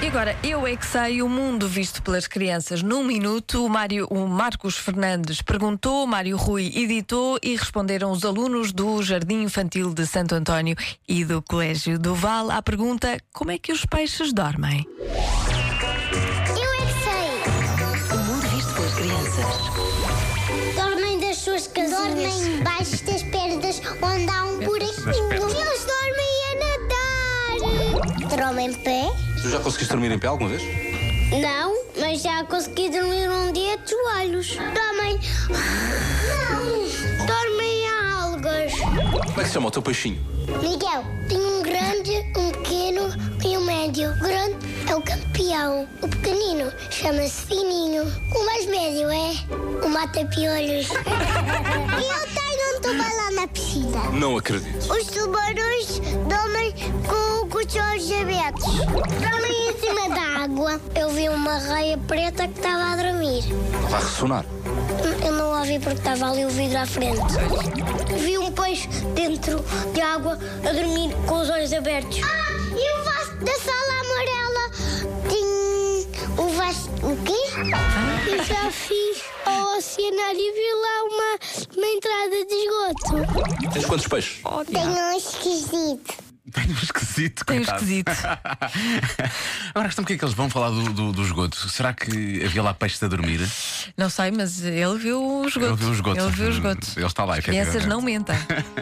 E agora, eu é que sei o mundo visto pelas crianças. Num minuto, o, Mário, o Marcos Fernandes perguntou, o Mário Rui editou e responderam os alunos do Jardim Infantil de Santo António e do Colégio do Val à pergunta: como é que os peixes dormem? Eu é que sei. O mundo visto pelas crianças. Dormem das suas casinhas. Dormem embaixo das pernas onde há um buraquinho. Eles dormem a nadar. Dormem pé? Tu já conseguiste dormir em pé alguma vez? Não, mas já consegui dormir um dia de joelhos. Dormem. Não. Dormem a algas. Como é que se chama o teu peixinho? Miguel, tem um grande, um pequeno e um médio. O grande é o campeão. O pequenino chama-se fininho. O mais médio é o mata-piolhos. Eu tenho um tubarão na piscina. Não acredito. Os tubarões dormem com, com os olhos abertos. Dormem em cima da água. Eu vi uma raia preta que estava a dormir. Vai ressonar. Eu não a vi porque estava ali o vidro à frente. Vi um peixe dentro de água a dormir com os olhos abertos. Ah, e o vaso da sala amarela tem o vaso. O quê? Eu já fui ao oceanário e vi lá uma, uma entrada de esgoto. Tens quantos peixes? Oh, Tem um esquisito. Tenho um esquisito, Tem um coitado. esquisito. Agora, então, o que é que eles vão falar do, do, do esgoto? Será que havia lá peixes a dormir? Não sei, mas ele viu o esgoto. Ele viu o esgoto. Ele viu o esgoto. Ele está lá, As crianças efetivamente. não mentem.